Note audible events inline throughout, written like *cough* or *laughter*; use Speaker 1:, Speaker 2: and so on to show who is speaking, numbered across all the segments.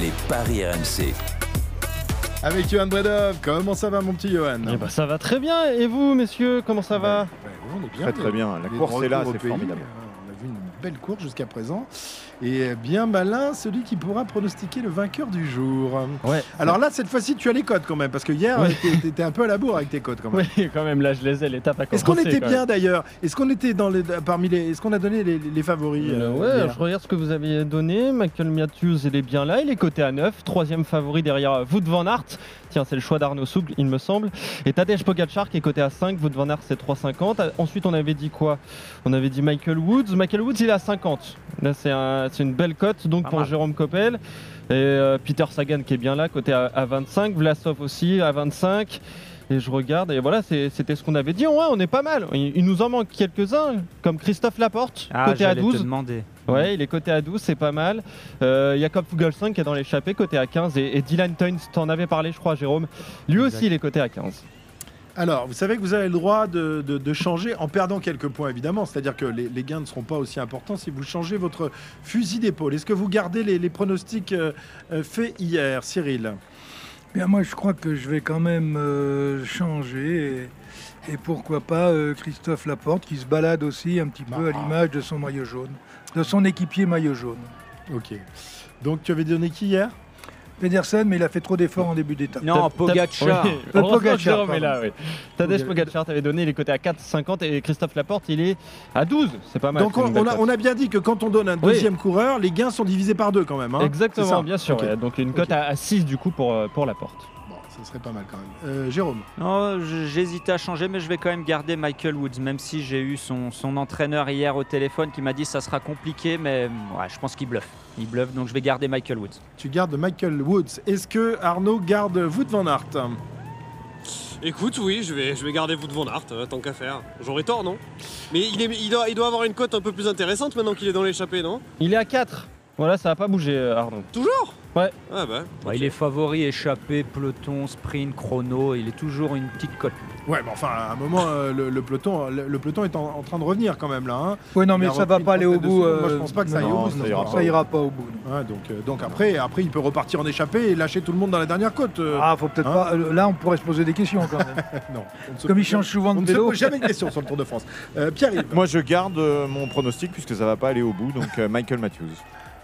Speaker 1: les paris RMC.
Speaker 2: Avec Johan Bredov, comment ça va mon petit Johan
Speaker 3: Eh ben, ça va très bien. Et vous, messieurs, comment ça va
Speaker 2: Ouais, ouais, on est bien,
Speaker 4: Très, très bien. La
Speaker 2: Les
Speaker 4: course est là,
Speaker 2: retours au
Speaker 4: c'est
Speaker 2: pays,
Speaker 4: formidable.
Speaker 2: euh, On a vu une belle course jusqu'à présent. Et euh, bien malin, celui qui pourra pronostiquer le vainqueur du jour.
Speaker 3: Ouais.
Speaker 2: Alors là, cette fois-ci, tu as les codes quand même, parce que hier,
Speaker 3: Oui.
Speaker 2: t'é- t'étais un peu à la bourre avec tes codes quand même.
Speaker 3: Oui, quand même, là, je les ai, l'étape a commencé.
Speaker 2: Est-ce qu'on était
Speaker 3: quand
Speaker 2: bien d'ailleurs Est-ce qu'on était dans les, parmi les. Est-ce qu'on a donné les, les favoris
Speaker 3: même.
Speaker 2: euh,
Speaker 3: Euh, ouais,
Speaker 2: hier
Speaker 3: je regarde ce que vous aviez donné. Michael Matthews, il est bien là. Il est coté à 9. Troisième favori derrière euh, Wout Van Aert. Tiens, c'est le choix d'Arnaud Souk, il me semble. Et Tadej Pogacar qui est coté à 5. Wout Van Aert, c'est 3,50. Euh, Ensuite, on avait dit quoi On avait dit Michael Woods. Michael Woods, il est à 50. Là, c'est un- c'est une belle cote donc
Speaker 2: Pas
Speaker 3: pour
Speaker 2: mal.
Speaker 3: Jérôme Coppel. Et euh, Peter Sagan qui est bien là, côté à, à 25. Vlasov aussi à 25. Et je regarde, et voilà, c'est- c'était ce qu'on avait dit. Ouais, on est pas mal. Il, il nous en manque quelques-uns, comme Christophe Laporte,
Speaker 5: Ah,
Speaker 3: côté à
Speaker 5: j'allais te
Speaker 3: 12.
Speaker 5: demander.
Speaker 3: Ouais, il est côté à 12, c'est pas mal. Euh, Jakob Fuglsang qui est dans l'échappée, côté à 15. Et, et Dylan Toynes, t'en avais parlé, je crois, Jérôme. Lui
Speaker 5: Exact.
Speaker 3: aussi, il est côté à 15.
Speaker 2: Alors, vous savez que vous avez le droit de, de- de changer en perdant quelques points, évidemment. C'est-à-dire que les, les gains ne seront pas aussi importants si vous changez votre fusil d'épaule. Est-ce que vous gardez les, les pronostics euh, euh, faits hier, Cyril
Speaker 6: Bien, moi, je crois que je vais quand même euh, changer. Et, et pourquoi pas euh, Christophe Laporte, qui se balade aussi un petit peu à
Speaker 2: Ah.
Speaker 6: l'image de son maillot jaune, de son équipier maillot jaune.
Speaker 2: Ok. Donc, tu avais donné qui hier
Speaker 6: Pedersen, mais il a fait trop d'efforts en début d'étape.
Speaker 5: Non, Pogacar.
Speaker 3: Oui, *laughs* heureusement que
Speaker 6: Pogacar,
Speaker 3: Jérôme est là, oui. Tadej Pogacar t'avais donné, il est côté à 4,50 et Christophe Laporte, il est à 12. C'est pas mal.
Speaker 2: Donc,
Speaker 3: c'est
Speaker 2: on,
Speaker 3: une belle
Speaker 2: on a,
Speaker 3: cote.
Speaker 2: on a bien dit que quand on donne un
Speaker 3: Oui.
Speaker 2: deuxième coureur, les gains sont divisés par deux quand même. hein C'est ça
Speaker 3: Exactement, bien sûr.
Speaker 2: Ok.
Speaker 3: ouais. Donc une cote
Speaker 2: Ok.
Speaker 3: à, à 6 du coup pour, euh, pour la porte.
Speaker 2: Bon, ça serait pas mal quand même. Euh, Jérôme
Speaker 5: *laughs* Non, j- j'hésitais à changer, mais je vais quand même garder Michael Woods, même si j'ai eu son, son entraîneur hier au téléphone qui m'a dit ça sera compliqué, mais mm, ouais, je pense qu'il bluffe. Il bluffe, donc je vais garder Michael Woods.
Speaker 2: tu gardes Michael Woods. Est-ce que Arnaud garde Wout van Aert
Speaker 7: Écoute, oui, je vais, je vais garder vous devant Van Aert, euh, tant qu'à faire. J'aurais tort, non Mais il, est- il doit, il doit avoir une cote un peu plus intéressante maintenant qu'il est dans l'échappée, non
Speaker 3: Il est à 4. Voilà, ça n'a pas bougé euh, Arnaud.
Speaker 7: Toujours
Speaker 3: Ouais.
Speaker 7: Ah bah.
Speaker 5: Ouais, il est favori, échappé, peloton, sprint, chrono, il est toujours une petite cote.
Speaker 2: Ouais, mais enfin, à un moment, euh, le, le peloton, le, le peloton est en, en train de revenir quand même là. hein.
Speaker 6: Ouais, non, mais
Speaker 2: Il a
Speaker 6: ça va
Speaker 2: repris
Speaker 6: pas
Speaker 2: une
Speaker 6: aller au
Speaker 2: trentaine de
Speaker 6: bout. euh,
Speaker 2: secondes. Moi, je pense pas que ça aille au
Speaker 6: non,
Speaker 2: bout,
Speaker 6: ça
Speaker 2: non,
Speaker 6: ira
Speaker 2: non.
Speaker 6: pas. Ça ira pas au bout. non.
Speaker 2: Ouais, donc, euh, donc après, après, il peut repartir en échappée et lâcher tout le monde dans la dernière côte. euh.
Speaker 6: Ah, faut peut-être
Speaker 2: hein
Speaker 6: pas. euh, Là, on pourrait se poser des questions quand même.
Speaker 2: non. on ne se
Speaker 6: Comme il
Speaker 2: pose jamais-
Speaker 6: change souvent
Speaker 2: on
Speaker 6: de
Speaker 2: ne se
Speaker 6: vélo.
Speaker 2: pose jamais de questions sur le Tour de France. Euh, Pierre-Yves,
Speaker 4: Moi, je garde euh, mon pronostic puisque ça va pas aller au bout. Donc, euh, Michael Matthews.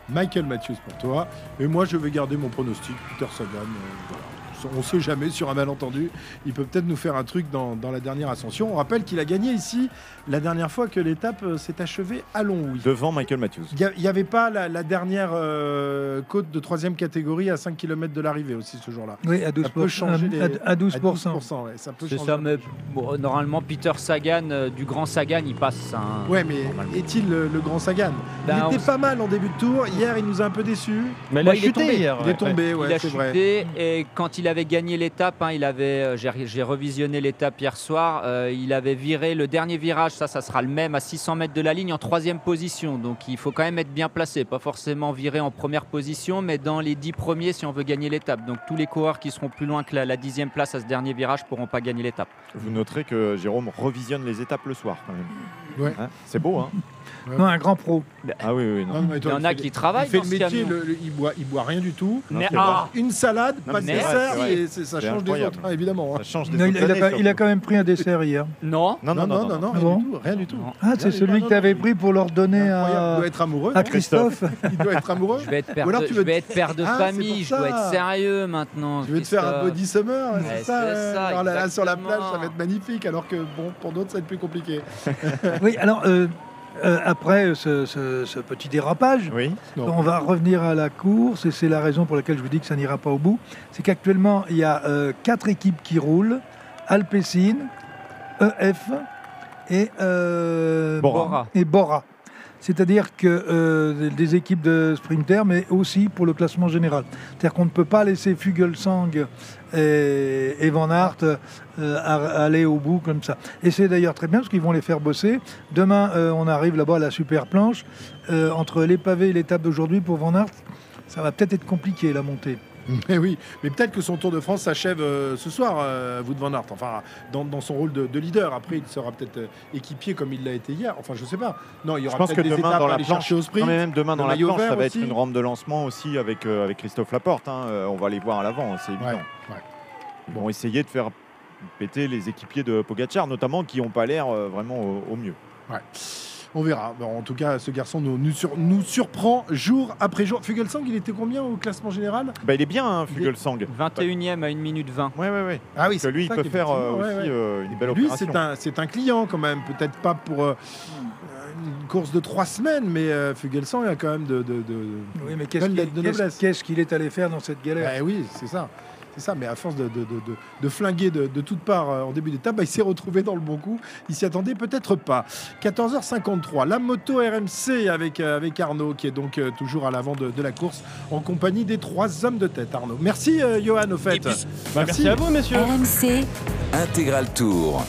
Speaker 2: Michael Matthews pour toi. Et moi, je vais garder mon pronostic, Peter Sagan. euh, voilà. On ne sait jamais sur un malentendu. Il peut peut-être nous faire un truc dans, dans la dernière ascension. On rappelle qu'il a gagné ici la dernière fois que l'étape euh, s'est achevée à Longwy.
Speaker 4: Devant Michael Matthews.
Speaker 2: Il n'y avait pas la, la dernière euh, côte de troisième catégorie à 5 km de l'arrivée aussi ce jour-là.
Speaker 6: Oui, à 12%.
Speaker 2: Ça peut changer les-
Speaker 6: à, euh, à 12%.
Speaker 2: À 12%, ouais, ça peut
Speaker 5: C'est
Speaker 2: changer.
Speaker 5: ça, mais bon, Oh, normalement, Peter Sagan, euh, du grand Sagan, il passe. Hein.
Speaker 2: Ouais, mais
Speaker 5: Normalement.
Speaker 2: est-il le, le grand Sagan
Speaker 5: Ben, on-
Speaker 2: Il était pas mal en début de tour. Hier, il nous a un peu déçus.
Speaker 3: Mais il
Speaker 5: Bah,
Speaker 3: a
Speaker 5: il est
Speaker 3: chuté
Speaker 5: tombé.
Speaker 3: hier.
Speaker 2: Il
Speaker 3: ouais.
Speaker 2: est tombé, ouais,
Speaker 5: il a
Speaker 2: c'est
Speaker 5: chuté
Speaker 2: vrai.
Speaker 5: et quand il avait gagné l'étape, hein, il avait, euh, j'ai, j'ai revisionné l'étape hier soir, euh, il avait viré le dernier virage, ça, ça sera le même à 600 mètres de la ligne en troisième position. Donc il faut quand même être bien placé, pas forcément virer en première position, mais dans les 10 premiers si on veut gagner l'étape. Donc tous les coureurs qui seront plus loin que la, la dixième place à ce dernier virage pourront pas gagner l'étape.
Speaker 4: Vous noterez que Jérôme revisionne les étapes le soir quand même.
Speaker 2: Ouais.
Speaker 4: Hein c'est beau, hein
Speaker 6: Non, un grand pro.
Speaker 4: Ah oui, oui, non.
Speaker 2: Non, mais
Speaker 5: Il y
Speaker 2: toi,
Speaker 5: en a
Speaker 2: fait-
Speaker 5: qui
Speaker 2: Il
Speaker 5: travaillent
Speaker 2: fait
Speaker 5: dans
Speaker 2: le
Speaker 5: ce
Speaker 2: métier,
Speaker 5: camion.
Speaker 2: le- le- il, boit, il boit rien du tout.
Speaker 4: Non,
Speaker 5: Mais
Speaker 4: c'est
Speaker 5: ah,
Speaker 2: Une salade,
Speaker 4: Non,
Speaker 2: pas de
Speaker 4: mais c'est vrai,
Speaker 2: dessert,
Speaker 4: c'est vrai.
Speaker 2: et c'est- ça
Speaker 4: C'est
Speaker 2: change des
Speaker 4: incroyable.
Speaker 2: autres, hein, évidemment. hein.
Speaker 4: Ça change des
Speaker 6: Non, il,
Speaker 4: autres
Speaker 6: il a,
Speaker 4: années,
Speaker 6: il a
Speaker 4: surtout.
Speaker 6: quand même pris un dessert hier.
Speaker 5: non.
Speaker 4: Non, non, non, non.
Speaker 6: non.
Speaker 2: rien du
Speaker 6: Ah
Speaker 2: tout, rien du tout.
Speaker 5: Non.
Speaker 6: Ah, c'est
Speaker 2: Non, non,
Speaker 6: celui
Speaker 2: non,
Speaker 6: que tu avais
Speaker 2: non.
Speaker 6: pris pour leur donner
Speaker 2: Incroyable, Il
Speaker 6: à,
Speaker 2: doit être amoureux.
Speaker 6: euh, à
Speaker 2: non
Speaker 6: Christophe.
Speaker 2: Il doit être amoureux.
Speaker 5: Je vais être père,
Speaker 2: Ou alors
Speaker 5: de,
Speaker 2: tu
Speaker 5: je
Speaker 2: veux te-
Speaker 5: vais être père de
Speaker 2: Ah, c'est pour
Speaker 5: famille, je dois
Speaker 2: ça.
Speaker 5: être sérieux maintenant.
Speaker 2: Tu veux te faire un
Speaker 5: Christophe.
Speaker 2: body summer, c'est
Speaker 5: Ouais,
Speaker 2: ça,
Speaker 5: c'est
Speaker 2: ouais.
Speaker 5: ça,
Speaker 2: Alors là, là, sur la plage,
Speaker 5: exactement.
Speaker 2: ça va être magnifique, alors que bon, pour d'autres, ça va être plus compliqué.
Speaker 6: Oui, alors euh, euh, après ce, ce- ce petit dérapage,
Speaker 4: Oui,
Speaker 6: on va revenir à la course et c'est la raison pour laquelle je vous dis que ça n'ira pas au bout. C'est qu'actuellement, il y a euh, quatre équipes qui roulent Alpecin, EF et, euh,
Speaker 4: Bora.
Speaker 5: Bora.
Speaker 6: et Bora. c'est-à-dire que euh, des équipes de sprinters, mais aussi pour le classement général. C'est-à-dire qu'on ne peut pas laisser Fugelsang et, et Van Aert euh, à- aller au bout comme ça. Et c'est d'ailleurs très bien parce qu'ils vont les faire bosser. Demain, euh, on arrive là-bas à la super planche. Euh, entre les pavés et l'étape d'aujourd'hui pour Van Aert, ça va peut-être être compliqué la montée.
Speaker 2: Mais Eh oui, mais peut-être que son Tour de France s'achève euh, ce soir, euh, Wout van Aert. Enfin, dans, dans son rôle de, de leader. Après, il sera peut-être euh, équipier comme il l'a été hier. Enfin, je sais pas. Non, il y
Speaker 4: Je
Speaker 2: aura
Speaker 4: pense
Speaker 2: peut-être
Speaker 4: que
Speaker 2: des
Speaker 4: demain
Speaker 2: étapes
Speaker 4: dans
Speaker 2: à
Speaker 4: la
Speaker 2: aller
Speaker 4: planche,
Speaker 2: chercher au sprint.
Speaker 4: non, mais même demain dans
Speaker 2: Le
Speaker 4: la
Speaker 2: maillot
Speaker 4: planche, ça
Speaker 2: vert
Speaker 4: va
Speaker 2: aussi.
Speaker 4: être une rampe de lancement aussi avec, euh, avec Christophe Laporte. hein. Euh, on va les voir à l'avant, c'est évident.
Speaker 2: Ouais, ouais.
Speaker 4: Ils vont essayer de faire péter les équipiers de Pogachar, notamment, qui n'ont pas l'air euh, vraiment au, au mieux.
Speaker 2: On verra. Bon, en tout cas, ce garçon nous, nous, sur- nous surprend jour après jour. Fugelsang, il était combien au classement général
Speaker 4: Bah, il est bien, hein, Fugelsang.
Speaker 5: 21 e à 1 minute 20.
Speaker 4: Ouais, ouais, ouais.
Speaker 2: Ah oui,
Speaker 4: Parce que lui, il peut faire euh, aussi euh, une belle
Speaker 2: Lui,
Speaker 4: opération.
Speaker 2: c'est un, c'est un client quand même. Peut-être pas pour euh, une course de trois semaines, mais euh, Fugelsang a quand même de. de, de-
Speaker 6: Oui, mais
Speaker 2: qu'est-ce
Speaker 6: qu'est-ce
Speaker 2: Belle qu'il- lettre de
Speaker 6: qu'il
Speaker 2: qu'est-ce- noblesse.
Speaker 6: est allé faire dans cette galère
Speaker 2: Bah oui, c'est ça. C'est ça, mais à force de, de, de, de- de flinguer de, de toutes parts euh, en début d'étape, bah, il s'est retrouvé dans le bon coup. Il s'y attendait peut-être pas. 14h53, la moto RMC avec, euh, avec Arnaud, qui est donc euh, toujours à l'avant de, de la course, en compagnie des trois hommes de tête. Arnaud. Merci, euh, Johan, au fait.
Speaker 7: Et puis-
Speaker 3: Merci à vous, messieurs.
Speaker 8: RMC,
Speaker 1: Intégral Tour.